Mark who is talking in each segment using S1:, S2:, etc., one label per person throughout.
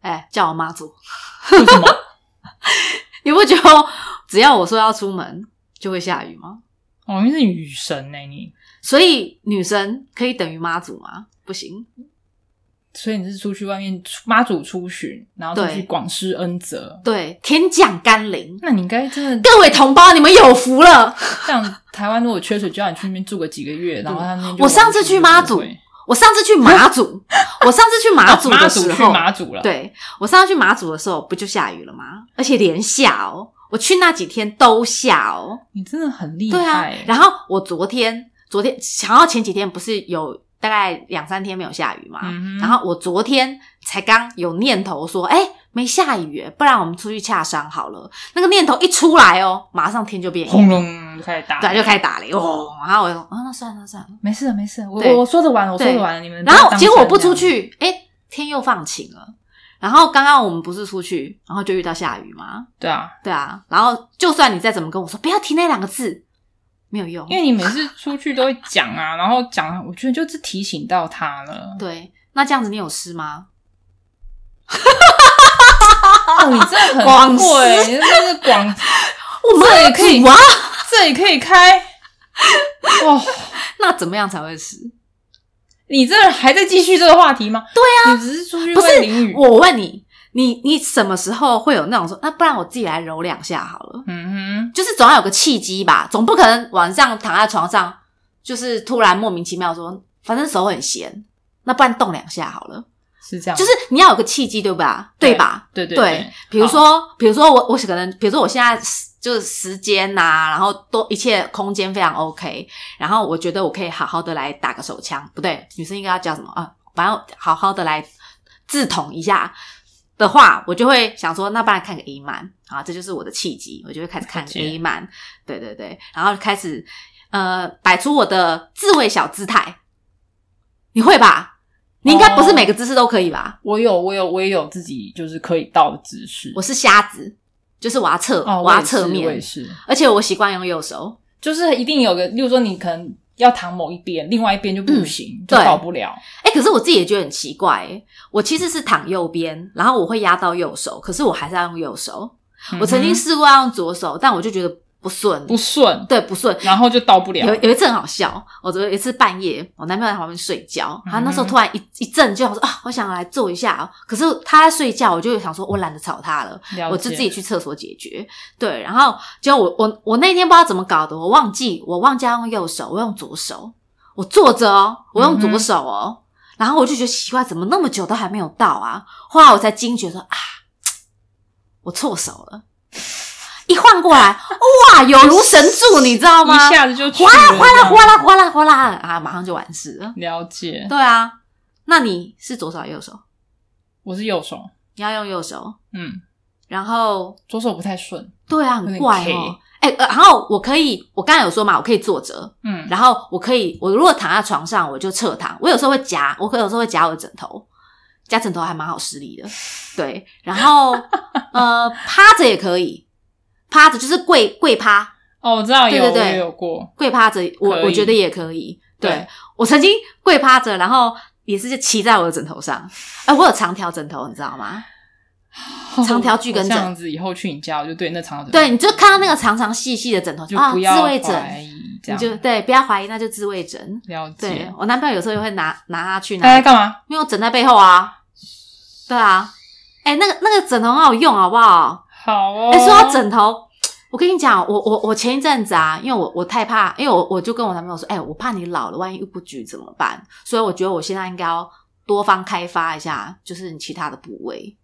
S1: 哎叫我妈做。
S2: 为什么？
S1: 你不觉得只要我说要出门就会下雨吗？
S2: 哦，你是雨神呢、你
S1: 所以女生可以等于妈祖吗？不行，
S2: 所以你是出去外面出妈祖出巡，然后出
S1: 对
S2: 去广施恩泽。
S1: 对，天降甘霖。
S2: 那你应该 真的
S1: 各位同胞，你们有福了！
S2: 像台湾，如果缺水，就让你去那边住个几个月，然后他那边就
S1: 我上次去妈祖
S2: 完全
S1: 我上次去马祖，我上次去马
S2: 不
S1: 祖
S2: 会妈
S1: 的
S2: 哦祖
S1: 时
S2: 去
S1: 候，
S2: 妈祖了，，
S1: 对我上次去马祖的时候，不就下雨了吗？而且连下哦，我去那几天都下哦。
S2: 你真的很厉
S1: 对啊
S2: 害、，欸
S1: 然后我昨天昨天，然后前几天不是有大概两三天没有下雨嘛，
S2: 嗯哼
S1: 然后我昨天才刚有念头说，哎、没下雨耶，不然我们出去洽商好了。那个念头一出来哦，马上天就变
S2: 轰
S1: 阴，
S2: 隆就开始打，
S1: 对，就开始打雷哦。然后我就说，啊，那算了算了。
S2: 没事了没事了，我
S1: 对
S2: 我说着玩，我说
S1: 对
S2: 着玩，你们不
S1: 然
S2: 要
S1: 后
S2: 当
S1: 结果我不
S2: 真
S1: 出
S2: 这样，
S1: 去，哎、天又放晴了。然后刚刚我们不是出去，然后就遇到下雨嘛，
S2: 对啊，
S1: 对啊。然后就算你再怎么跟我说不要提那两个字，没有用，
S2: 因为你每次出去都会讲啊，然后讲，我觉得就是提醒到他了。
S1: 对。那这样子你有湿吗？
S2: 哦，你真的 很
S1: 广式
S2: 会，你真的是广，
S1: 我们
S2: 这也可以
S1: 煮啊，
S2: 这里可 以开。哦，
S1: 那怎么样才会湿？
S2: 你这还在继续这个话题吗？对啊，你只是出去
S1: 不
S2: 会淋雨。
S1: 我问你，你你什么时候会有那种说，啊那不然我自己来揉两下好了？
S2: 嗯
S1: 就是总要有个契机吧，总不可能晚上躺在床上，就是突然莫名其妙说，反正手很闲，那不然动两下好了。
S2: 哼，是这样，
S1: 就是你要有个契机，对吧？
S2: 对
S1: 对吧？
S2: 对对
S1: 对，比如说，比如说我我可能，比如说我现在时就是时间呐、然后都一切空间非常 OK，然后我觉得我可以好好的来打个手枪，不对，女生应该要叫什么啊？反正好好的来自捅一下的话，我就会想说，那不然看个 A 漫啊，这就是我的契机，我就会开始看
S2: 了解
S1: A 漫，对对对，然后开始呃摆出我的自卫小姿态，你会吧？你应该不是
S2: 哦
S1: 每个姿势都可以吧？
S2: 我有我有我也有自己就是可以到的姿势。
S1: 我是瞎子，就是我要侧，我
S2: 哦，我
S1: 要
S2: 也是
S1: 侧
S2: 我也
S1: 面，
S2: 是，
S1: 而且我习惯用右手。
S2: 就是一定有个，例如说你可能要躺某一边，另外一边就不
S1: 嗯
S2: 行，就
S1: 对
S2: 搞不了。
S1: 哎、可是我自己也觉得很奇怪、欸，我其实是躺右边，然后我会压到右手，可是我还是要用右手。我曾经
S2: 嗯哼
S1: 试过要用左手，但我就觉得不顺，
S2: 不顺，
S1: 对，不顺。
S2: 然后就到不了
S1: 有。有一次很好笑，我昨天有一次半夜，我男朋友在旁边睡觉，他那时候
S2: 嗯
S1: 突然一一阵就想说啊，我想来坐一下哦，可是他在睡觉，我就想说我懒得吵他了，
S2: 了
S1: 我就
S2: 解
S1: 自己去厕所解决。对，然后结果我我我那天不知道怎么搞的，我忘记我忘记要用右手，我用左手，我坐着哦，我用
S2: 嗯
S1: 左
S2: 哼
S1: 手哦，然后我就觉得奇怪，怎么那么久都还没有到啊？后来我才惊觉说啊，我错手了。一晃过来，哇，有如神助，你知道吗？
S2: 一下子就去
S1: 哗啦
S2: 了
S1: 哗啦哗啦哗啦哗啦啊，马上就完事了。
S2: 了解，
S1: 对啊，那你是左手还是右手？
S2: 我是右手，
S1: 你要用右手，
S2: 嗯，
S1: 然后
S2: 左手不太顺，
S1: 对啊，
S2: 有
S1: 很
S2: 点
S1: 怪
S2: K
S1: 哦。哎、呃，然后我可以，我刚才有说嘛，我可以坐着，
S2: 嗯，
S1: 然后我可以，我如果躺在床上，我就侧躺。我有时候会夹，我可有时候会夹我的枕头，夹枕头还蛮好施 力的。对，然后呃，趴着也可以，趴着就是跪跪趴，
S2: 哦，我知道有，
S1: 对对对
S2: 我也有过，
S1: 跪趴着，我
S2: 可以
S1: 我觉得也可以。对
S2: 对
S1: 我曾经跪趴着，然后也是就骑在我的枕头上。哎、我有长条枕头，你知道吗？长条巨根
S2: 我
S1: 枕
S2: 这样子以后去你家，我就对那长条枕，
S1: 对，你就看到那个长长细细的枕头，
S2: 就
S1: 啊，
S2: 不
S1: 自
S2: 要
S1: 慰枕，
S2: 怀疑
S1: 你
S2: 这样，
S1: 就对，不要怀疑，那就自慰枕。
S2: 了
S1: 对
S2: 解。
S1: 我男朋友有时候也会拿拿他去
S2: 他
S1: 拿
S2: 在，干嘛？
S1: 因为我枕在背后啊。对啊，哎、那个那个枕头很好用，好不好？
S2: 好哦，
S1: 哎、说到枕头，我跟你讲，我我我前一阵子啊，因为我我太怕，因为我我就跟我男朋友说，哎、我怕你老了，万一又不举怎么办？所以我觉得我现在应该要多方开发一下，就是你其他的部位。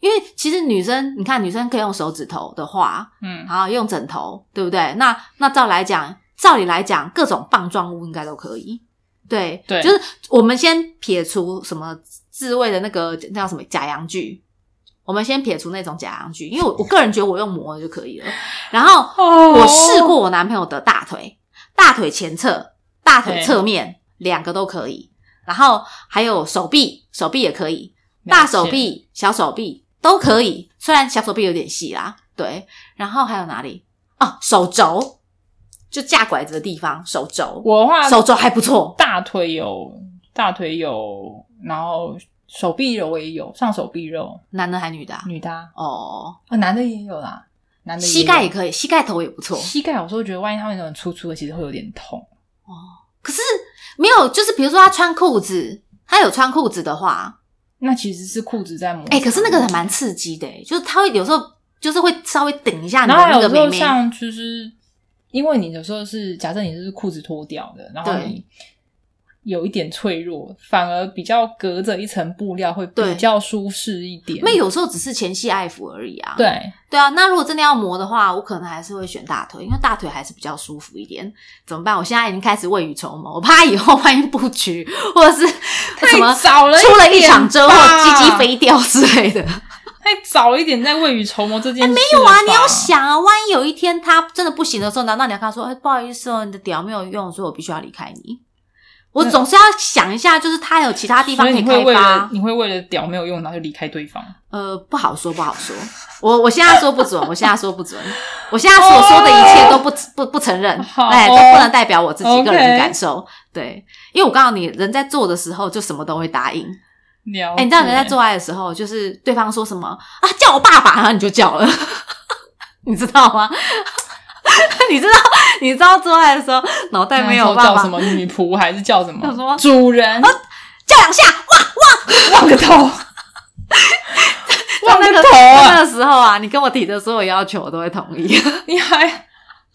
S1: 因为其实女生，你看女生可以用手指头的话，
S2: 嗯，
S1: 然后用枕头，对不对？那那照来讲，照理来讲，各种棒状物应该都可以。对，
S2: 对
S1: 就是我们先撇除什么自慰的那个那叫什么假阳具，我们先撇除那种假阳具，因为我我个人觉得我用磨的就可以了。然后
S2: 哦
S1: 我试过我男朋友的大腿、大腿前侧、大腿侧面两个都可以，然后还有手臂，手臂也可以，大手，
S2: 了解
S1: 臂、小手臂都可以，虽然小手臂有点细啦，对。然后还有哪里？哦，手肘，就架拐子的地方，手肘，
S2: 我的话
S1: 手肘还不错。
S2: 大腿有，大腿有，然后手臂揉我也有，上手臂揉，
S1: 男的还女的、啊？
S2: 女的啊，
S1: 哦，
S2: 啊男的也有啦，男的也有
S1: 膝盖也可以，膝盖头也不错。
S2: 膝盖有时候觉得万一他们那种粗粗的，其实会有点痛。
S1: 可是没有，就是比如说他穿裤子，他有穿裤子的话，
S2: 那其实是裤子在磨。
S1: 哎、可是那个还蛮刺激的、欸就是他会有时候就是会稍微顶一下你的
S2: 然后还
S1: 那
S2: 有
S1: 个
S2: 时
S1: 妹
S2: 候
S1: 妹，
S2: 像就是，因为你有时候是假设你是裤子脱掉的，然后
S1: 对
S2: 你有一点脆弱，反而比较隔着一层布料会
S1: 对
S2: 比较舒适一点。
S1: 那有时候只是前戏爱抚而已啊。
S2: 对，
S1: 对啊，那如果真的要磨的话，我可能还是会选大腿，因为大腿还是比较舒服一点。怎么办？我现在已经开始未雨绸缪，我怕以后万一布局或者是什么
S2: 太早了，
S1: 出了一场之后，鸡鸡
S2: 鸡，
S1: 飞掉之类的。
S2: 太早了一点在未雨绸缪这件事、没
S1: 没有啊，你要，想啊，万一有一天他真的不行的时候，难道你要跟他说，哎、不好意思哦，你的屌没有用，所以我必须要离开你？我
S2: 那
S1: 总是要想一下，就是他有其他地方
S2: 所
S1: 可
S2: 以你会
S1: 开
S2: 为了
S1: 发。
S2: 你会为了屌没有用，然后就离开对方。
S1: 呃，不好说，不好说。我我现在说不准，我现在说不 准，我现在所说的一切都不不不承认，
S2: 好哦
S1: 哎，都不能代表我自己
S2: OK
S1: 个人的感受。对，因为我告诉你，人在做的时候就什么都会答应。
S2: 了
S1: 哎、
S2: 解，
S1: 你知道人在做爱的时候，就是对方说什么啊，叫我爸爸，然后你就叫了， 你知道吗？ 你知道你知道做爱的时候脑袋
S2: 那
S1: 没
S2: 时
S1: 有
S2: 候
S1: 办
S2: 叫
S1: 法
S2: 什么女仆还是叫什么
S1: 叫什么哦
S2: 主人？
S1: 叫两下，
S2: 望个头，
S1: 在
S2: 望
S1: 那个
S2: 个头啊！哎
S1: 那个时候啊，你跟我提的所有要求我都会同意。
S2: 你还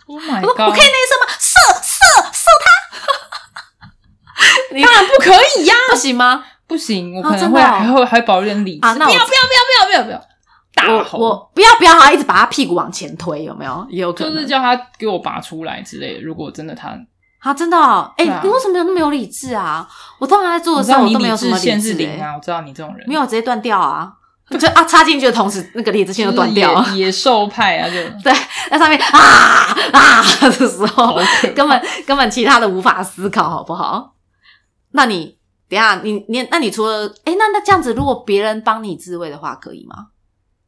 S2: ，Oh my
S1: 我
S2: god！
S1: 可以那什么射射射他，你
S2: 当然不可以呀、
S1: 不行吗？
S2: 不行，我
S1: 啊
S2: 可能
S1: 真
S2: 会、
S1: 的哦
S2: 还会还保留点理智。
S1: 啊那我
S2: 不要不要不要不要不要不要！大
S1: 我
S2: 吼，
S1: 我不要不要，啊还一直把他屁股往前推，有没有？也有可
S2: 就
S1: 能。
S2: 是叫他给我拔出来之类的。如果真的他，
S1: 啊，真的、哦，哎、
S2: 对啊
S1: 你为什么有那么有理智啊？我通常在做
S2: 我
S1: 的
S2: 知
S1: 时
S2: 道
S1: 候，我
S2: 你
S1: 都没
S2: 理
S1: 有什
S2: 智
S1: 么
S2: 线是
S1: 理智
S2: 零
S1: 欸
S2: 啊，我知道你这 种人
S1: 没有直接断掉啊，就啊插进去的同时，那个理智线就断掉
S2: 就是
S1: 了。
S2: 野野兽派啊，就
S1: 在上面啊啊 的时
S2: 好
S1: 候，
S2: 可
S1: 根本根本其他的无法思考，好不好？那你等一下你你那你除了哎、那那这样子，如果别人帮你自慰的话，可以吗？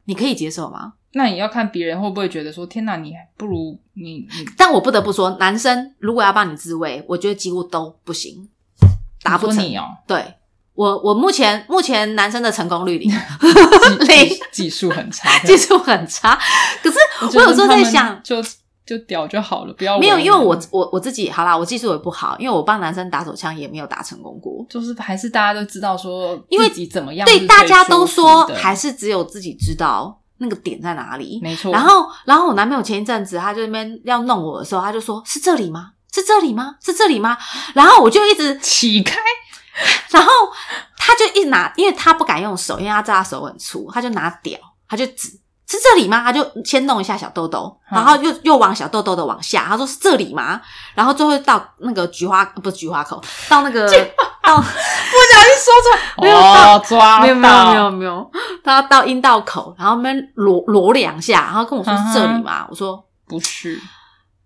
S1: 你可以接受吗？
S2: 那也要看别人会不会觉得说，天哪，你还不如你你
S1: 但我不得不说，男生如果要帮你自慰，我觉得几乎都不行，达不
S2: 你说
S1: 成。
S2: 你哦，
S1: 对我我目前目前男生的成功率 零，
S2: 技
S1: 零
S2: 技技术很 差，
S1: 技术很差。可是
S2: 我觉
S1: 我
S2: 得
S1: 有时候在
S2: 他们
S1: 想，
S2: 就就屌就好了，不要
S1: 没有，
S2: 为
S1: 因为
S2: 难
S1: 我我我自己好啦，我技术也不好，因为我帮男生打手枪也没有打成功过。
S2: 就是还是大家都知道说，
S1: 因为
S2: 自己怎么样是
S1: 对，
S2: 最
S1: 大家都说
S2: 舒服的
S1: 还是只有自己知道那个点在哪里。
S2: 没错。
S1: 然后，然后我男朋友前一阵子他就在那边要弄我的时候，他就说：“是这里吗？是这里吗？是这里吗？”然后我就一直，
S2: 起开，
S1: 然后他就一拿，因为他不敢用手，因为他知道他手很粗，他就拿屌，他就指。是这里吗？他就先弄一下小豆豆，
S2: 嗯
S1: 然后又又往小豆豆的往下。他说是这里吗？然后最后到那个菊花，不是菊花口，到那 个到
S2: 不
S1: 没有
S2: 小心说出来，哦，抓
S1: 没有没有
S2: 到
S1: 没有，没有，他要到阴道口，然后那边裸裸两下，然后跟我说
S2: 嗯哼
S1: 是这里嘛，我说，
S2: 不是，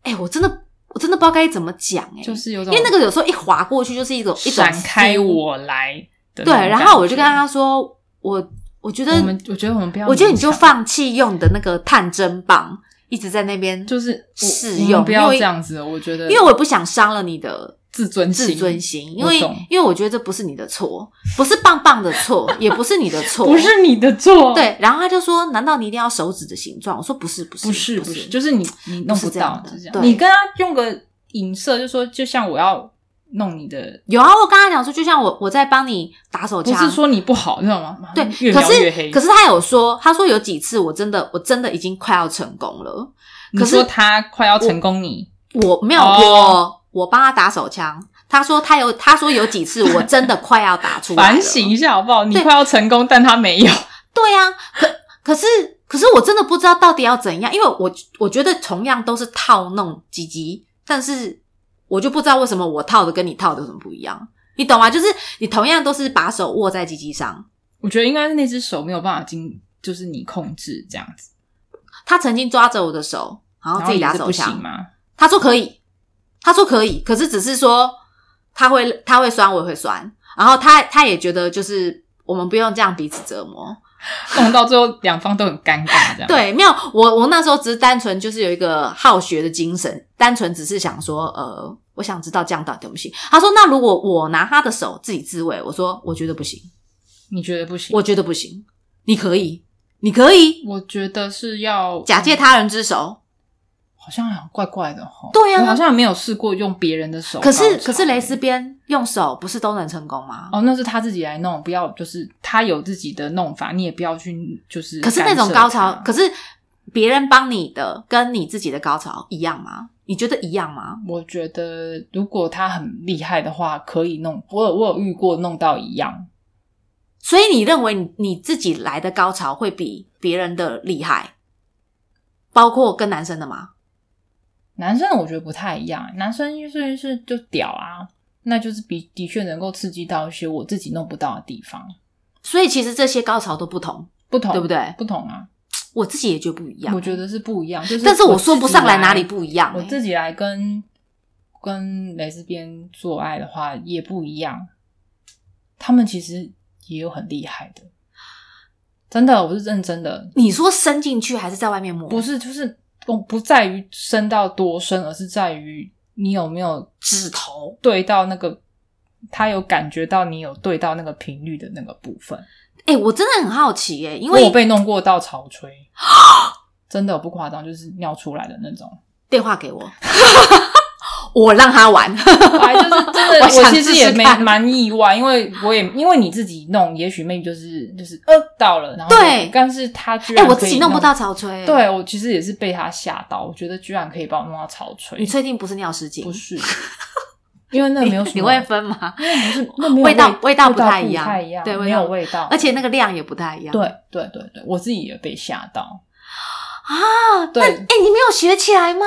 S1: 哎、我真的我真的不知道该怎么讲哎、
S2: 就是有
S1: 因
S2: 种
S1: 为那个有时候一划过去就是一种一种
S2: 闪开
S1: feel
S2: 我来
S1: 对
S2: 的那种感觉，，
S1: 然后我就跟他说，我我觉得
S2: 我们我觉得我们不要
S1: 我觉得你
S2: 勉强
S1: 就放弃用的那个探针棒，一直在那边，
S2: 就是我
S1: 试
S2: 我们
S1: 用
S2: 不
S1: 因
S2: 要
S1: 为
S2: 这样子，我觉得
S1: 因为我也不想伤了你的
S2: 自尊心
S1: 自尊心，因
S2: 我
S1: 为
S2: 懂
S1: 因为我觉得这不是你的错，不是棒棒的错，也不是你 的错，
S2: 不是你的错，。
S1: 对，然后他就说：“难道你一定要手指的形状？”我说：“不是，不是，
S2: 不是
S1: 不
S2: 不是，就是你你弄
S1: 不是这
S2: 到
S1: 样，的
S2: 就是这
S1: 对
S2: 样。你跟他用个影射，就说就像我要弄你的，
S1: 有啊。”我跟他讲说，就像我我在帮你打手
S2: 不
S1: 枪，
S2: 是说你不好，你知道吗？
S1: 对，
S2: 越
S1: 可
S2: 描越
S1: 是
S2: 黑。
S1: 可是他有说，他说有几次我真的我真的已经快要成功了，
S2: 你
S1: 可是
S2: 说他快要成功你，
S1: 我没有、
S2: 哦
S1: 我我帮他打手枪，他说他有他说有几次我真的快要打出来了
S2: 反省一下好不好？你
S1: 对
S2: 快要成功，但他没有。
S1: 对呀、可可是可是我真的不知道到底要怎样，因为我我觉得同样都是套弄鸡鸡，但是我就不知道为什么我套的跟你套的有什么不一样，你懂吗？就是你同样都是把手握在鸡鸡上，
S2: 我觉得应该是那只手没有办法经，就是你控制这样子，
S1: 他曾经抓着我的手，然后
S2: 然
S1: 自
S2: 后
S1: 己
S2: 也
S1: 打
S2: 是
S1: 手
S2: 不行
S1: 枪，
S2: 吗？
S1: 他说可以，他说可以，可是只是说他会他会酸，我也会酸，然后他他也觉得就是我们不用这样彼此折磨，
S2: 弄到最后两方都很尴尬，这样。
S1: 对，没有，我我那时候只是单纯就是有一个好学的精神，单纯只是想说，呃，我想知道这样到底行不行。他说，那如果我拿他的手自己自慰，我说我觉得不行，
S2: 你觉得不行？
S1: 我觉得不行，你可以，你可以
S2: 我觉得是要
S1: 假借，他人之手。
S2: 好像好像怪怪的哈。
S1: 对啊
S2: 我好像没有试过用别人的手高
S1: 可
S2: 潮。
S1: 是可是蕾丝边用手不是都能成功吗？
S2: 哦，那是他自己来弄，不要就是他有自己的弄法，你也不要去就是
S1: 可
S2: 干涉
S1: 是
S2: 他。
S1: 那种高潮，可是别人帮你的跟你自己的高潮一样吗？你觉得一样吗？
S2: 我觉得如果他很厉害的话，可以弄。我有我有遇过弄到一样，
S1: 所以你认为你你自己来的高潮会比别人的厉害，包括跟男生的吗？
S2: 男生我觉得不太一样，男生就是是就屌啊，那就是比的确能够刺激到一些我自己弄不到的地方，
S1: 所以其实这些高潮都不同，
S2: 不同
S1: 对不？对？
S2: 不同啊，
S1: 我自己也觉得不一样，
S2: 我觉得是不一样。就是
S1: 但是我
S2: 自己
S1: 说不上来哪里不一样、
S2: 我
S1: 欸
S2: 自己来跟跟蕾丝边做爱的话也不一样，他们其实也有很厉害的，真的，我是认真的，
S1: 你说伸进去还是在外面摸？
S2: 不是就是不不在于深到多深，而是在于你有没有
S1: 指头。
S2: 对到那个，他有感觉到你有对到那个频率的那个部分。
S1: 哎、我真的很好奇哎、因
S2: 我有
S1: 为
S2: 被弄过到潮 吹，真的不夸张，就是尿出来的那种。
S1: 电话给我， 我让他玩。
S2: 哎，就是真的，
S1: 我
S2: 我
S1: 想
S2: 其
S1: 试
S2: 实
S1: 试
S2: 也没
S1: 看
S2: 蛮意外，因为我也因为你自己弄，也许 maybe 就是就是呃到了，然后
S1: 对
S2: 但是他居
S1: 哎、
S2: 然
S1: 我
S2: 可
S1: 自
S2: 以
S1: 己弄不到。潮吹、欸，
S2: 对我其实也是被他吓到，我觉得居然可以把我弄到潮吹
S1: 你，确定不是尿失禁？
S2: 不是，因为那没有什么
S1: 你会分 吗？
S2: 因为不是那没有
S1: 味道味
S2: 味
S1: 道不
S2: 不
S1: 太一样
S2: 样，
S1: 对
S2: 没
S1: 味道
S2: 有味道，
S1: 而且那个量也不太一样。
S2: 对对对对，我自己也被吓到，
S1: 啊，
S2: 对
S1: 那哎、欸你没有学起来吗？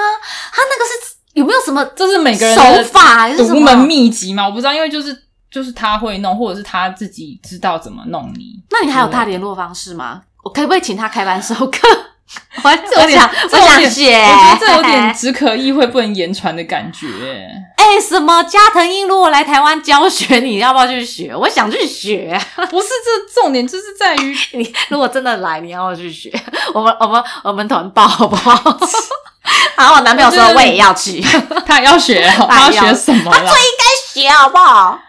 S1: 他那个是有没有什么
S2: 这是每个人的
S1: 手法还是什
S2: 独
S1: 么？
S2: 门秘籍嘛？我不知道，因为就是就是他会弄，或者是他自己知道怎么弄你。
S1: 那你还有他
S2: 对
S1: 联络方式吗？我可不可以请他开班授课？ 我
S2: 这有
S1: 我
S2: 点
S1: 想，
S2: 这
S1: 我
S2: 有
S1: 想
S2: 点
S1: 学。
S2: 我觉得这有点只可意会不能言传的感 觉。欸
S1: 哎、什么加藤鹰如果来台湾教学，你要不要去学？我想去学。
S2: 不是这重点，就是在于
S1: 你如果真的来，你要不要去学？ 我们我们我们团报好不好？ 好，我男朋友说
S2: 我觉得
S1: 我也要 去，
S2: 他要学 哦，
S1: 他
S2: 他
S1: 要
S2: 要学什么啦？
S1: 学好不好？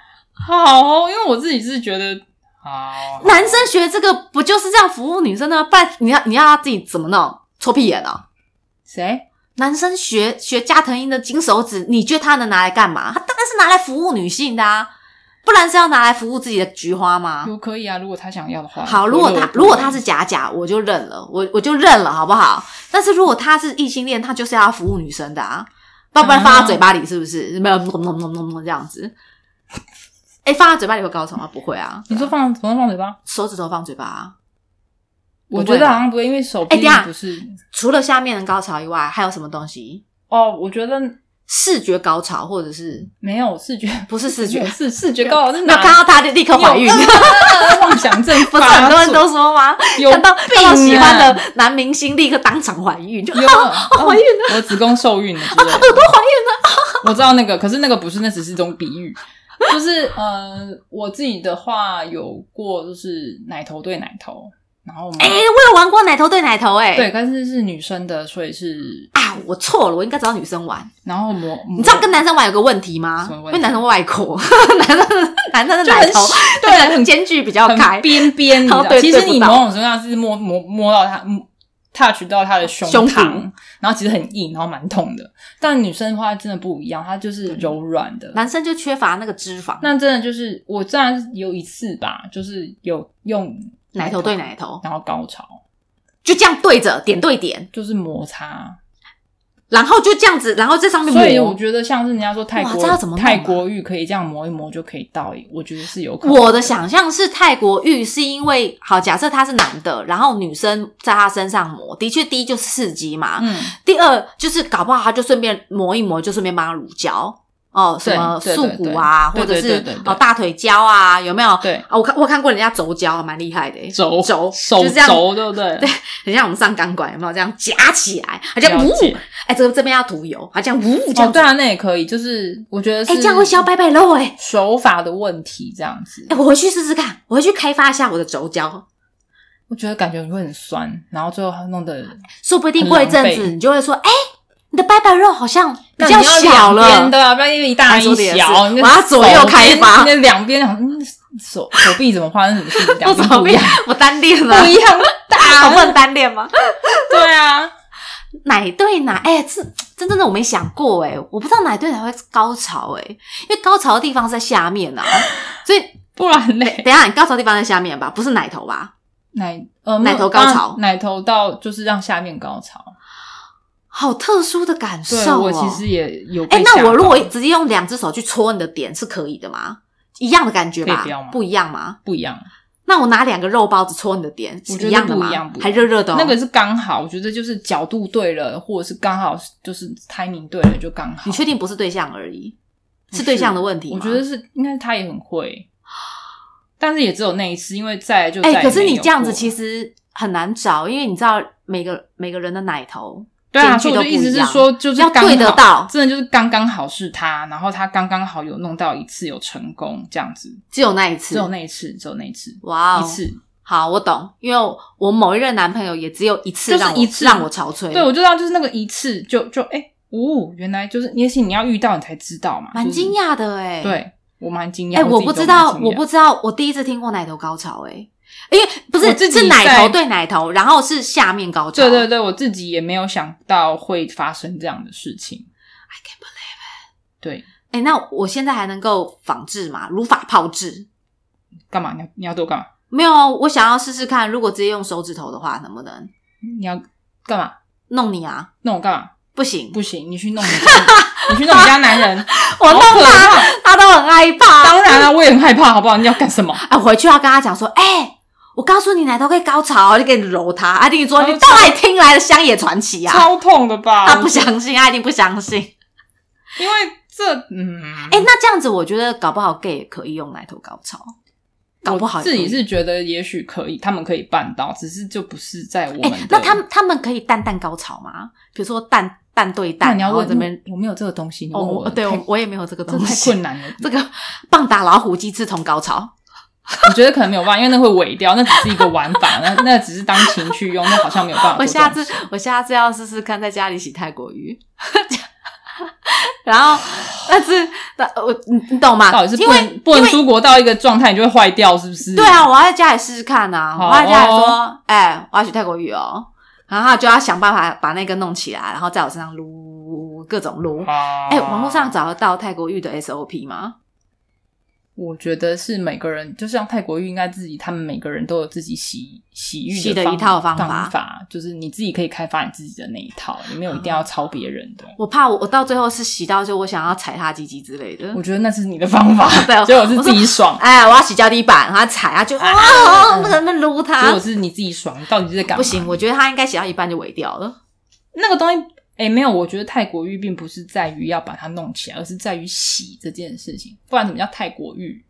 S2: 好哦，因为我自己是觉得好
S1: 男生学这个不就是这样服务女生的吗？不然你要你要他自己怎么弄？搓屁眼哦。
S2: 谁
S1: 男生学学加藤鹰的金手指，你觉得他能拿来干嘛？他当然是拿来服务女性的啊，不然是要拿来服务自己的菊花吗？
S2: 有可以啊，如果他想要的话。
S1: 好，如果他如果他是假假，我就认了，我我就认了，好不好？但是如果他是异性恋，他就是要服务女生的啊，要不然放到嘴巴里是不是？没有，嗯嗯嗯嗯嗯这样子。哎、放到嘴巴里会高潮吗？不会啊，
S2: 你说放怎么放嘴巴？
S1: 手指头放嘴巴、啊。
S2: 我
S1: 不会
S2: 觉得
S1: 吧
S2: 好像不会，因为手
S1: 哎
S2: 毕竟
S1: 等一下
S2: 不是、
S1: 除了下面的高潮以外，还有什么东西？
S2: 哦，我觉得
S1: 视觉高潮，或者是
S2: 没有视觉，
S1: 不是视觉？
S2: 是视觉高潮是
S1: 那
S2: 哪？
S1: 看到他就立刻怀孕，
S2: 你有呃妄想症
S1: 不
S2: 发作，
S1: 是很多人都说吗？
S2: 有
S1: 看到看到
S2: 病
S1: 喜欢
S2: 啊
S1: 的男明星，立刻当场怀孕，哦就
S2: 有怀孕了，我子宫受孕了之类的，我都怀孕了。我知道那个，可是那个不是，那只是一种比喻。就是呃，我自己的话有过，就是奶头对奶头，然后我们
S1: 哎、我有玩过奶头对奶头、哎，
S2: 对，但是是女生的，所以是
S1: 啊，我错了，我应该找女生玩。
S2: 然后磨，
S1: 你知道跟男生玩有个问题吗？
S2: 嗯什么
S1: 因
S2: 问题
S1: 为男生会外扩， 男生男生的
S2: 就
S1: 奶
S2: 很
S1: 头
S2: 对
S1: 那个
S2: 很
S1: 间距比较开
S2: 很，边边，你知
S1: 然后
S2: 道
S1: 对
S2: 其
S1: 对
S2: 实
S1: 不
S2: 你
S1: 到
S2: 某种程度上是摸摸摸到他嗯 touch 到他的胸
S1: 胸部
S2: 膛，然后其实很硬，然后蛮痛的。但女生的话真的不一样，她就是柔软的。
S1: 男生就缺乏那个脂肪。
S2: 那真的就是我当然有一次吧，就是有用
S1: 奶头对，奶头，
S2: 然后高潮
S1: 就这样对着点对点，
S2: 就是摩擦。
S1: 然后就这样子，然后在上面
S2: 所以我
S1: 磨。
S2: 觉得像是人家说泰
S1: 哇这要怎么弄
S2: 国
S1: 啊
S2: 泰国浴可以这样磨一磨就可以到，我觉得是有可能。
S1: 我的想象是泰国浴是因为好，假设他是男的，然后女生在他身上磨，的确第一就是刺激嘛，
S2: 嗯，
S1: 第二就是搞不好他就顺便磨一磨，就顺便帮他乳胶哦，什么
S2: 对
S1: 束
S2: 对
S1: 骨啊，
S2: 对
S1: 或者
S2: 对对
S1: 是
S2: 对对对
S1: 哦大腿胶啊，有没有？
S2: 对。
S1: 啊，我看我看过人家肘胶，蛮厉害的欸，
S2: 轴
S1: 轴
S2: 手
S1: 就这样
S2: 轴对不对？
S1: 对很像我们上钢管有没有这样夹起来？他这样
S2: 了
S1: 呜
S2: 解，
S1: 哎，这个这边要涂油，他这样呜这
S2: 哦
S1: 样，子，
S2: 对
S1: 哎，
S2: 啊，那也可以，就是我觉得是
S1: 这样会消拜拜肉哎，
S2: 手法的问题，这样子
S1: 哎，，我回去试试看，我回去开发一下我的肘胶，
S2: 我觉得感觉你会很酸，然后最后弄得
S1: 说不定过一阵
S2: 很狼
S1: 子
S2: 狈
S1: 你就会说，哎，你的拜拜肉好像比
S2: 那
S1: 较
S2: 你要
S1: 小
S2: 两边
S1: 了，
S2: 对啊，不然一大
S1: 哎说
S2: 一
S1: 得也是
S2: 小，你
S1: 我要左右开发
S2: 那手边那两边好像嗯手手臂怎么发生什么事情，两
S1: 我 怎
S2: 边
S1: 么
S2: 不一
S1: 变
S2: 样，
S1: 我单恋 了？
S2: 不一样
S1: 我不
S2: 大，
S1: 能单恋吗？
S2: 对啊，
S1: 奶对奶，哎、这这真的我没想过哎、我不知道奶对奶会高潮哎、因为高潮的地方是在下面啊，所以
S2: 不 然嘞，
S1: 等一下你高潮的地方在下面吧，不是奶头吧？
S2: 奶呃
S1: 奶头高潮
S2: 让奶头到就是让下面高潮。
S1: 好特殊的感
S2: 对
S1: 受、哦。
S2: 我其实也有被
S1: 哎、
S2: 吓
S1: 那
S2: 到
S1: 我如果直接用两只手去戳你的点是可以的吗？一样的感觉
S2: 可
S1: 吧
S2: 以不要吗？
S1: 不一样吗？
S2: 不一样，
S1: 那我拿两个肉包子戳你的点是
S2: 我觉得
S1: 一样的吗？
S2: 不一样不一样
S1: 还热热的、哦，
S2: 那个是刚好，我觉得就是角度对了，或者是刚好就是 timing 对了，就刚好。
S1: 你确定不是对象而已？
S2: 不
S1: 是对象的问题吗？
S2: 我觉得是，应该他也很会，但是也只有那一次，因为再来就
S1: 哎、
S2: 再也
S1: 可是
S2: 没
S1: 你
S2: 有
S1: 这样子
S2: 过
S1: 其实很难找，因为你知道每个每个人的奶头，
S2: 对啊，
S1: 间距
S2: 所以我
S1: 都
S2: 就
S1: 不
S2: 意思
S1: 一
S2: 是
S1: 样
S2: 说，就是
S1: 要
S2: 刚
S1: 对得
S2: 好
S1: 到
S2: 真的就是刚刚好是他，然后他刚刚好有弄到一次有成功这样子，
S1: 只有那一次，
S2: 只有那一次，只有那一次，
S1: 哇哦
S2: 一次。
S1: 好，我懂，因为我某一任男朋友也只有一次
S2: 就是
S1: 让我
S2: 一次
S1: 让我憔悴，
S2: 对，我就知道就是那个一次就就哎，哦，原来就是，也许你要遇到你才知道嘛，
S1: 蛮
S2: 就是
S1: 惊讶的哎、。
S2: 对我蛮惊讶，
S1: 哎、我
S2: 自己
S1: 不
S2: 都
S1: 知
S2: 蛮
S1: 道，
S2: 惊
S1: 我
S2: 讶
S1: 不知道，我第一次听过奶头高潮、欸，哎，因为不
S2: 我
S1: 是
S2: 自己
S1: 是奶头
S2: 在
S1: 对奶头，然后是下面高潮，
S2: 对对对，我自己也没有想到会发生这样的事情。I can't believe it。对，
S1: 哎、那我现在还能够仿制吗？如法炮制？
S2: 干嘛？你要你要对我干嘛？
S1: 没有啊，我想要试试看，如果直接用手指头的话，能不能
S2: 你要干嘛？
S1: 弄你啊？
S2: 弄我干嘛？
S1: 不行，
S2: 不行，你去弄 你家，你去弄你家男人。
S1: 我弄
S2: 好可
S1: 他，
S2: 怕
S1: 他都很害怕。
S2: 当然了、我也很害怕，好不好？你要干什么？
S1: 啊，回去要跟他讲说，哎、我告诉你，奶头可以高潮，就给你揉它。阿定说，
S2: 哦
S1: 你到哪里听来的乡野传奇啊？
S2: 超痛的 吧？
S1: 他不相信，他一定不相信。
S2: 因为这嗯，
S1: 哎、那这样子，我觉得搞不好 gay 也可以用奶头高潮，搞不好
S2: 我自己
S1: 也可以。
S2: 是觉得也许可以，他们可以办到，只是就不是在我们
S1: 哎、
S2: 的。
S1: 那他们他们可以蛋蛋高潮吗？比如说蛋蛋对
S2: 那
S1: 蛋，
S2: 你要
S1: 然后
S2: 问
S1: 这边
S2: 我没有这个东西，你
S1: 哦，
S2: 问
S1: 我
S2: 我
S1: 对
S2: 太
S1: 我我也没有这个
S2: 这
S1: 东
S2: 太
S1: 西。
S2: 困难了。
S1: 这个棒打老虎鸡自从高潮，
S2: 我觉得可能没有办法，因为那会萎掉，那只是一个玩法，那那只是当情趣用，那好像没有办法
S1: 我
S2: 做这种
S1: 下
S2: 事。
S1: 次我下次要试试看，在家里洗泰国鱼。 然后，但是，那我你你懂吗？
S2: 到底是
S1: 因
S2: 不
S1: 为
S2: 能不能出国到一个状态，你就会坏掉，是不是？
S1: 对啊，，我要在家里试试看啊！
S2: 好哦
S1: 我要在家里说，哎、我要学泰国语哦，然后他就要想办法把那个弄起来，然后在我身上撸各种撸。哎、网络上找得到泰国语的 SOP 吗？
S2: 我觉得是每个人，就像泰国浴，应该自己他们每个人都有自己洗洗浴
S1: 洗的
S2: 方
S1: 一套方
S2: 方
S1: 法
S2: 就是你自己可以开发你自己的那一套，你没有一
S1: 嗯
S2: 定要抄别人的。
S1: 我怕我我到最后是洗到就我想要踩他鸡鸡之类的
S2: 我。觉得那是你的
S1: ，
S2: 方法
S1: 对
S2: 结果是自己爽，
S1: 哎，我要洗脚底板，然后踩 他就啊，那个那撸
S2: 结
S1: 他
S2: 果，是你自己爽，你到底是在干嘛？
S1: 啊不行，我觉得他应该洗到一半就萎掉了。
S2: 那个东西，哎、没有，我觉得泰国浴并不是在于要把它弄起来，而是在于洗这件事情，不然怎么叫泰国浴？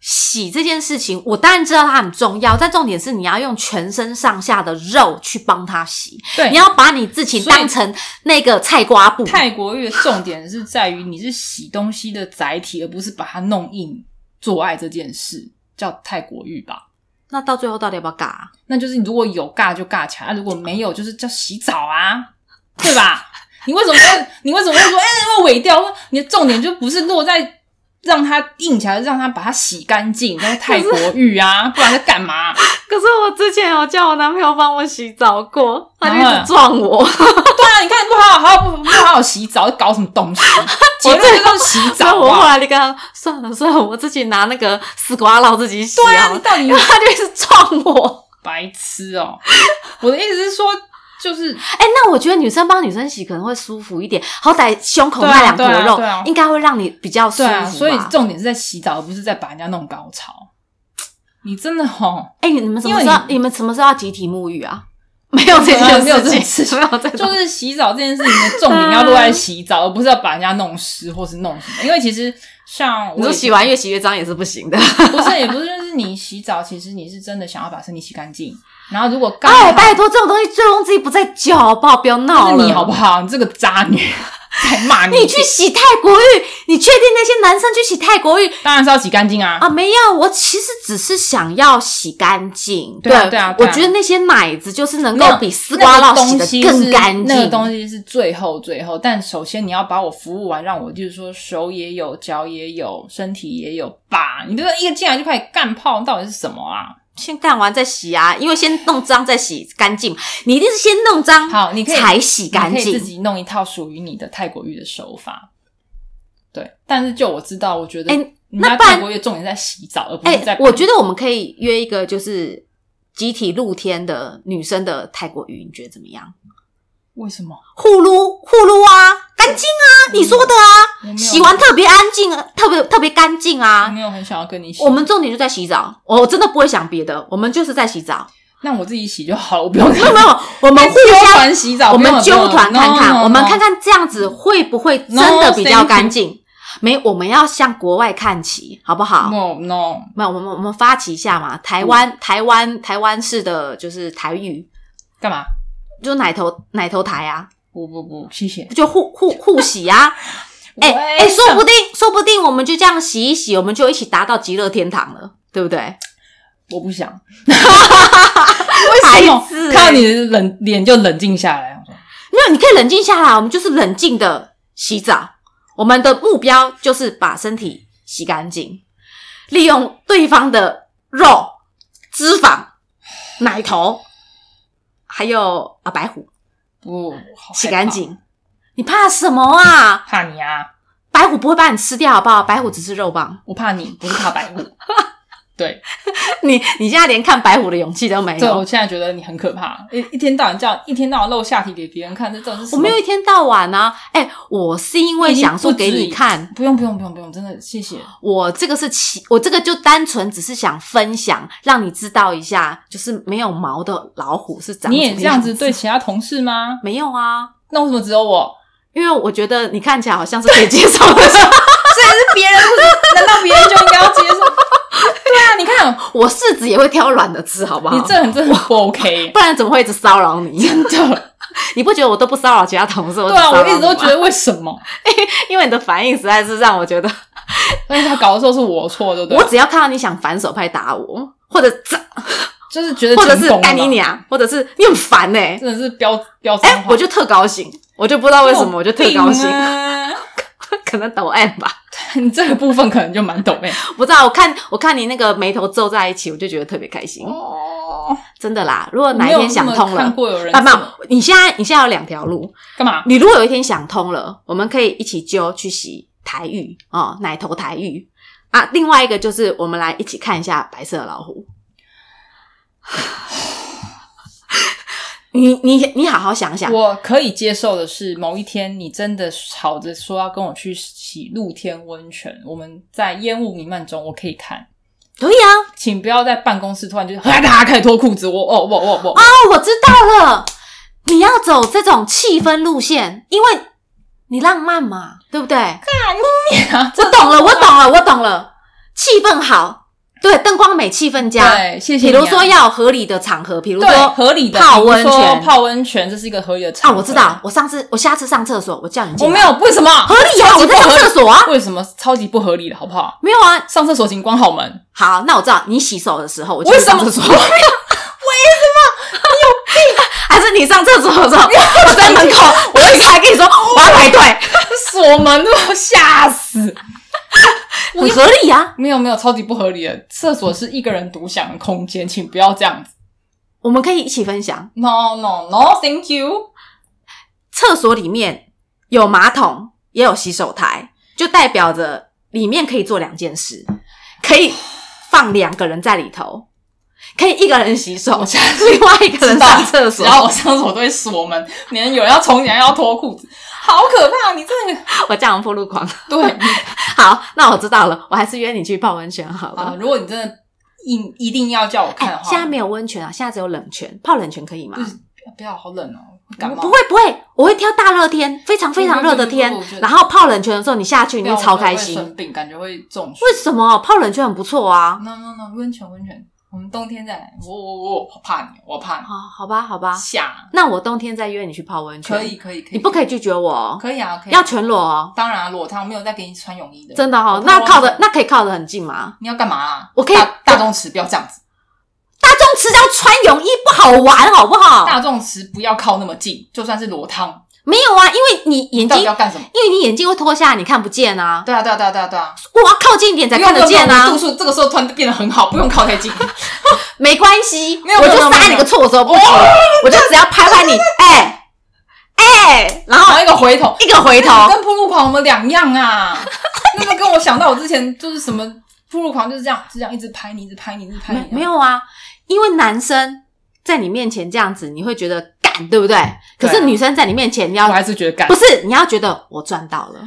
S1: 洗这件事情，我当然知道它很重要，但重点是你要用全身上下的肉去帮它洗，
S2: 对，
S1: 你要把你自己
S2: 所以
S1: 当成那个菜瓜布。
S2: 泰国浴的重点是在于你是洗东西的载体，而不是把它弄硬做爱这件事，叫泰国浴吧。
S1: 那到最后到底要不要尬、啊？
S2: 那就是如果有尬就尬起来，啊如果没有就是叫洗澡啊，对吧？你为什么会你为什么会说哎要萎掉？你的重点就不是落在让它硬起来，让它把它洗干净，那是泰国浴啊，不然在干嘛？
S1: 可是我之前有叫我男朋友帮我洗澡过，
S2: 他就一直
S1: 撞 我，
S2: 对啊，你看你不好好不不好好洗澡，搞什么 东西？结论就是洗
S1: 所以
S2: 澡
S1: 我后
S2: 啊！
S1: 来就跟他说算了算了，我自己拿那个丝瓜烙自己洗
S2: 对
S1: 好
S2: 啊，你
S1: 了，
S2: 到底
S1: 因为他就一直撞我。
S2: 白痴 哦、我的意思是说，就是
S1: 哎、那我觉得女生帮女生洗可能会舒服一点，好歹胸口那两坨
S2: 对啊对啊
S1: 肉、
S2: 对啊
S1: 应该会让你比较舒
S2: 对
S1: 服
S2: 啊，
S1: 吧。
S2: 所以重点是在洗澡，而不是在把人家弄高潮。你真的哦吼，
S1: 哎、你们什
S2: 因
S1: 么
S2: 为
S1: 时候
S2: 你
S1: 你们什么时候要集体沐浴 啊？没有这件事情，
S2: 没有这件事情
S1: 没有这
S2: 就
S1: 种
S2: 是洗澡这件事情的重点要落在洗澡，而不是要把人家弄湿或是弄什么。因为其实像 我
S1: 你说
S2: 也
S1: 洗完越洗越脏也是不行的。
S2: 不是也不是，就是你洗澡，其实你是真的想要把身体洗干净。然后如果 刚好
S1: 哎，拜托，这种东西醉翁之意不在酒，好不好？不要闹
S2: 是
S1: 了，
S2: 你好不好？你这个渣女，才骂你。
S1: 你去洗泰国浴，你确定那些男生去洗泰国浴
S2: 当然是要洗干净啊。
S1: 啊？没有，我其实只是想要洗干净。
S2: 对啊对啊对啊
S1: 我觉得那些奶子就是能
S2: 那
S1: 够比丝瓜
S2: 那
S1: 烙
S2: 个
S1: 洗
S2: 东
S1: 的
S2: 西
S1: 更
S2: 是
S1: 干净。
S2: 那个东西是最后最后，但首先你要把我服务完，让我就是说手也有，脚也有，身体也有吧。你这个一进来就开始干泡，到底是什么啊？
S1: 先干完再洗啊，因为先弄脏再洗干净嘛。你一定是先弄脏，
S2: 好你可以
S1: 才洗干
S2: 你可以自
S1: 净。
S2: 己弄一套属于你的泰国浴的手法。对，但是就我知道，我觉得
S1: 哎
S2: 人
S1: 那
S2: 家
S1: 不然
S2: 泰国浴重点在洗澡，而不
S1: 哎、
S2: 是在
S1: 我觉得我们可以约一个就是集体露天的女生的泰国浴，你觉得怎么样？
S2: 为什么
S1: 呼噜呼噜啊，干净啊，你说的啊，
S2: 嗯我没有嗯
S1: 洗完特别安静，啊特别特别干净
S2: 我
S1: 啊。
S2: 没有很想要跟你洗，
S1: 我们重点就在洗澡，我真的不会想别的，我们就是在洗澡。
S2: 那我自己洗就好了，我不用
S1: 没有没有，我
S2: 我
S1: 们互
S2: 纠
S1: 相
S2: 团洗澡，
S1: 我
S2: 不
S1: 们
S2: 用
S1: 纠团看看，我们看。
S2: 不用 No, no, no, no
S1: 看这样子会不会真的比较干净？没，我们要向国外看齐，好不好？
S2: No no，
S1: 没有，我们我们发起一下嘛，台湾、
S2: 嗯
S1: 台湾台湾式的就是台语，
S2: 干嘛？
S1: 就是奶头奶头台啊，
S2: 不不不，谢谢。
S1: 就互互互洗 啊。哎哎、
S2: 喂
S1: 说不定说不定我们就这样洗一洗，我们就一起达到极乐天堂了，对不对？
S2: 我 不想，
S1: 为
S2: 哦
S1: 欸
S2: 看到你的冷脸就冷静下来。我说
S1: 没有，你可以冷静下来，我们就是冷静的洗澡。我们的目标就是把身体洗干净，利用对方的肉、脂肪、奶头，还有啊白
S2: 哦
S1: 虎
S2: 不，好害
S1: 洗干净。你怕什么啊？
S2: 怕，怕你啊！
S1: 白虎不会把你吃掉，好不好？白虎只是肉棒。
S2: 我怕你，不是怕白目。对，
S1: 你你现在连看白虎的勇气都没
S2: 对，我
S1: 有。
S2: 现在觉得你很可怕，一一天到晚这样，一天到晚露下体给别人看，这到底是什
S1: 我
S2: 么
S1: 没有一天到晚啊，哎、我是因为想说给你看，
S2: 不用不用不用不用，真的谢谢。
S1: 我这个是其，我这个就单纯只是想分享，让你知道一下，就是没有毛的老虎是长
S2: 你
S1: 什
S2: 也
S1: 么
S2: 这样子
S1: 子
S2: 对其他同事吗？
S1: 没有啊？
S2: 那为什么只有我？
S1: 因为我觉得你看起来好像是可以接 受的，
S2: 这也是别人，不是 难道别人就应该要接 受？对啊，你看
S1: 我柿子也会挑软的吃，好不好？
S2: 你这很真的很不 OK，
S1: 不然怎么会一直骚扰你？
S2: 真的。
S1: 你不觉得我都不骚扰其他同事？
S2: 对
S1: 只
S2: 啊，
S1: 骚扰
S2: 我一直都
S1: 你吗
S2: 觉，得为什么？
S1: 因为你的反应实在是让我觉得，
S2: 但是他搞的时候是我错，对不对？啊
S1: 我只要看到你想反手拍打我，或者这
S2: 就是觉得
S1: 或者
S2: 真
S1: 是
S2: 懂了
S1: 干你娘，或者是你很烦呢、
S2: 真的是标标准
S1: 哎、
S2: 化，
S1: 我就特高兴，我就不知道为什么，我就特高兴
S2: 你有病，啊
S1: 可能抖 M 吧。
S2: 你 这个部分可能就蛮懂哎。
S1: 不知道，我看我看你那个眉头皱在一起，我就觉得特别开心，
S2: 哦，
S1: 真的啦。如果哪一天想通了，
S2: 看过有人
S1: 啊，没有，你现在你现在有两条路，
S2: 干嘛？
S1: 你如果有一天想通了，我们可以一起揪去洗台浴哦，奶头台浴啊。另外一个就是我们来一起看一下白色的老 虎。你你你好好想想，
S2: 我可以接受的是，某一天你真的吵着说要跟我去洗露天温泉，我们在烟雾弥漫中，我可以看，
S1: 可以啊，
S2: 请不要在办公室突然就是哈哒开始脱裤子，我哦我我我，
S1: 哦，我知道了，你要走这种气氛路线，因为你浪漫嘛，对不对？
S2: 啊
S1: 我懂了，我懂了，我懂了，气氛好，对，灯光美，气氛佳。
S2: 对，谢谢
S1: 比
S2: 你啊。
S1: 如说要有合理的场合，比如说
S2: 对合理的
S1: 泡
S2: 比如
S1: 温
S2: 说
S1: 泉
S2: 泡温泉这是一个合理的
S1: 啊，
S2: 场合。
S1: 我知道，，我上次我下次上厕所，我叫你进
S2: 我
S1: 来，
S2: 没有为什么
S1: 合理啊，
S2: 超级
S1: 我
S2: 不
S1: 在上
S2: 合理
S1: 厕所啊，
S2: 为什么超级不合理的，好不好？
S1: 没有啊。
S2: 上厕所请关好门，
S1: 好，那我知道你洗手的时候，我就
S2: 为什
S1: 上
S2: 么？
S1: 厕
S2: 为
S1: 所
S2: 什，么？
S1: 还是你上厕所的时候，我在门口，我停下来跟你说我要排队，
S2: 锁门，我吓死！
S1: 很合理啊。
S2: 没有没有，超级不合理的。厕所是一个人独享的空间，请不要这样子。
S1: 我们可以一起分享，
S2: No no no，Thank you。
S1: 厕所里面有马桶，也有洗手台，就代表着里面可以做两件事，可以放两个人在里头，可以一个人洗手
S2: 我下，
S1: 另外一个人
S2: 知道
S1: 上厕
S2: 只
S1: 所。
S2: 要我上厕所都会锁门，连有人要冲进来要脱裤子，好可怕！你这个
S1: 我这样破路狂。
S2: 对
S1: 好，那我知道了，我还是约你去泡温泉好了。
S2: 啊，如果你真的一一定要叫我看的
S1: 哎
S2: 话，
S1: 现在没有温泉啊，现在只有冷泉，泡冷泉可以吗？
S2: 不是不要好冷哦，会嗯感冒。
S1: 不会不会，我会挑大热天，非常非常热的天
S2: 不不不不不，
S1: 然后泡冷泉的时候，你下去
S2: 不
S1: 你
S2: 要，
S1: 会
S2: 我
S1: 超
S2: 真的
S1: 开
S2: 会
S1: 心。
S2: 生病感觉会中暑。
S1: 为什么泡冷泉很不错啊？
S2: ？No No No，温泉温泉，我们冬天再来。我我我怕你，我怕
S1: 好，好吧，好吧
S2: 你，下
S1: 那我冬天再约你去泡温泉，
S2: 可以，可以可以，
S1: 你不可以拒绝我哦，
S2: 可以啊，可以啊
S1: 要全裸哦，
S2: 当然啊裸汤，我没有再给你穿泳衣的。
S1: 真的哦
S2: 我，
S1: 那
S2: 泡
S1: 靠
S2: 温
S1: 的
S2: 泉
S1: 那可以靠的很近吗？
S2: 你要干嘛啊？
S1: 我可以
S2: 大大众池不要这样子，
S1: 大众池要穿泳衣不好玩好不好？
S2: 大众池不要靠那么近，就算是裸汤，
S1: 没有啊，因为你眼
S2: 你到
S1: 睛，
S2: 底要
S1: 因
S2: 干什么？
S1: 为你眼睛会脱下来，你看不见啊。
S2: 对啊，对啊，对啊，对啊，对啊，
S1: 我要靠近一点才
S2: 不用
S1: 看得见啊
S2: 不用不用我们度。数这个时候突然变得很好，不用 靠太近。
S1: 没关系，
S2: 没有
S1: 我
S2: 没
S1: 就
S2: 有
S1: 塞
S2: 没
S1: 你
S2: 有
S1: 个厕所不行，我就只要拍拍你，哎哎，然后
S2: 然后一个回头，
S1: 一个回头，
S2: 跟铺路狂我们两样啊！那个跟我想到我之前就是什么铺路狂就是这样，就这样一直拍你，一直拍你，一直拍
S1: 没
S2: 你，
S1: 没有啊，因为男生在你面前这样子，你会觉得干，对不对？可
S2: 对啊
S1: 是女生在你面前，你
S2: 我
S1: 要
S2: 还是觉得干
S1: 不是你要觉得我赚到了，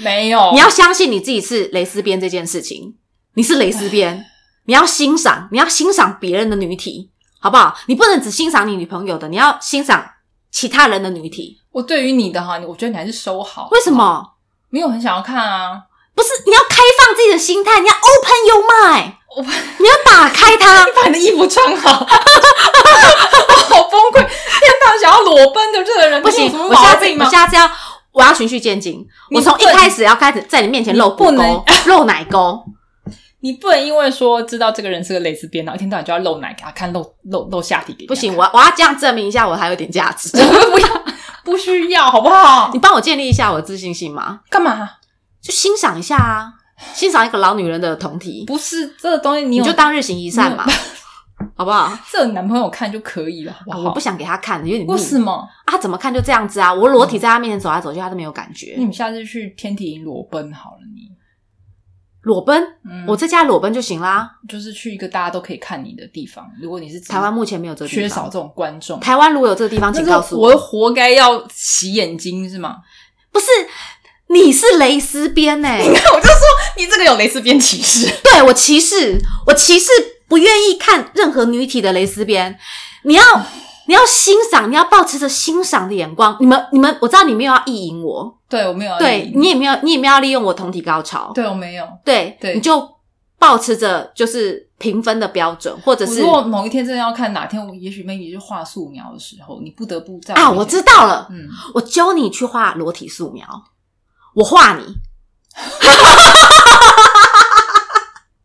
S2: 没有，
S1: 你要相信你自己是蕾丝边这件事情，你是蕾丝 边，你要欣赏，你要欣赏别人的女体，好不好？你不能只欣赏你女朋友的，你要欣赏其他人的女体。
S2: 我对于你的哈，我觉得你还是收好，
S1: 为什么？
S2: 没有很想要看啊？
S1: 不是你要开放自己的心态，你要 open your mind，
S2: 我把
S1: 你要打开它。
S2: 把 你的衣服穿好， 我好崩溃！天哪，想要裸奔的这个人
S1: 不行
S2: 你有什，么
S1: 我下
S2: 毛
S1: 次
S2: 病
S1: 我
S2: 吗？
S1: 下次要我要循序渐进，
S2: 你
S1: 我从一
S2: 不
S1: 开始要开始在你面前露
S2: 不
S1: 骨
S2: 能
S1: 沟、 露奶沟，
S2: 你不能因为说知道这个人是个蕾丝边，然后一天到晚就要露奶给他看，露露露下体给
S1: 不
S2: 他看
S1: 行，，我我要这样证明一下我还有点价值。
S2: 不要，不需要，好不好？
S1: 你帮我建立一下我的自信心嘛，
S2: 干嘛？
S1: 就欣赏一下啊，欣赏一个老女人的酮体，
S2: 不是这个东西，你
S1: 你
S2: 有
S1: 就当日行一善嘛， 好不好？
S2: 这男朋友看就可以了，好不
S1: 啊
S2: 好？
S1: 我不想给他看，有点腻
S2: 为什么？
S1: 啊！怎么看就这样子啊？我裸体在他面前走来走去，他都没有感觉
S2: 你。们下次去天体营裸奔好了，你。
S1: 裸奔，
S2: 嗯，
S1: 我在家裸奔就行啦。
S2: 就是去一个大家都可以看你的地方。如果你是
S1: 台湾目前没有这个地
S2: 嗯缺
S1: 方
S2: 少这种观众，
S1: 台湾如果有这个地方，请
S2: 那
S1: 告诉
S2: 是我活该要洗眼睛是吗？
S1: 不是，你是蕾丝边呢、
S2: 我就说你这个有蕾丝边歧视，
S1: 对我歧视，我歧视不愿意看任何女体的蕾丝边。你要，你要欣赏，你要保持着欣赏的眼光。你们，你们，我知道你没有要意淫我，
S2: 对我没有要
S1: 对
S2: 理
S1: 你也没有，你也没有要利用我同体高潮，
S2: 嗯对我没有。
S1: 对，
S2: 对
S1: 你就保持着就是评分的标准，或者
S2: 我
S1: 是
S2: 如果某一天真的要看，哪天我也许 maybe 是画素描的时候，你不得不在
S1: 啊，
S2: 面
S1: 我
S2: 前
S1: 知道了，
S2: 嗯，
S1: 我教你去画裸体素描，我画你，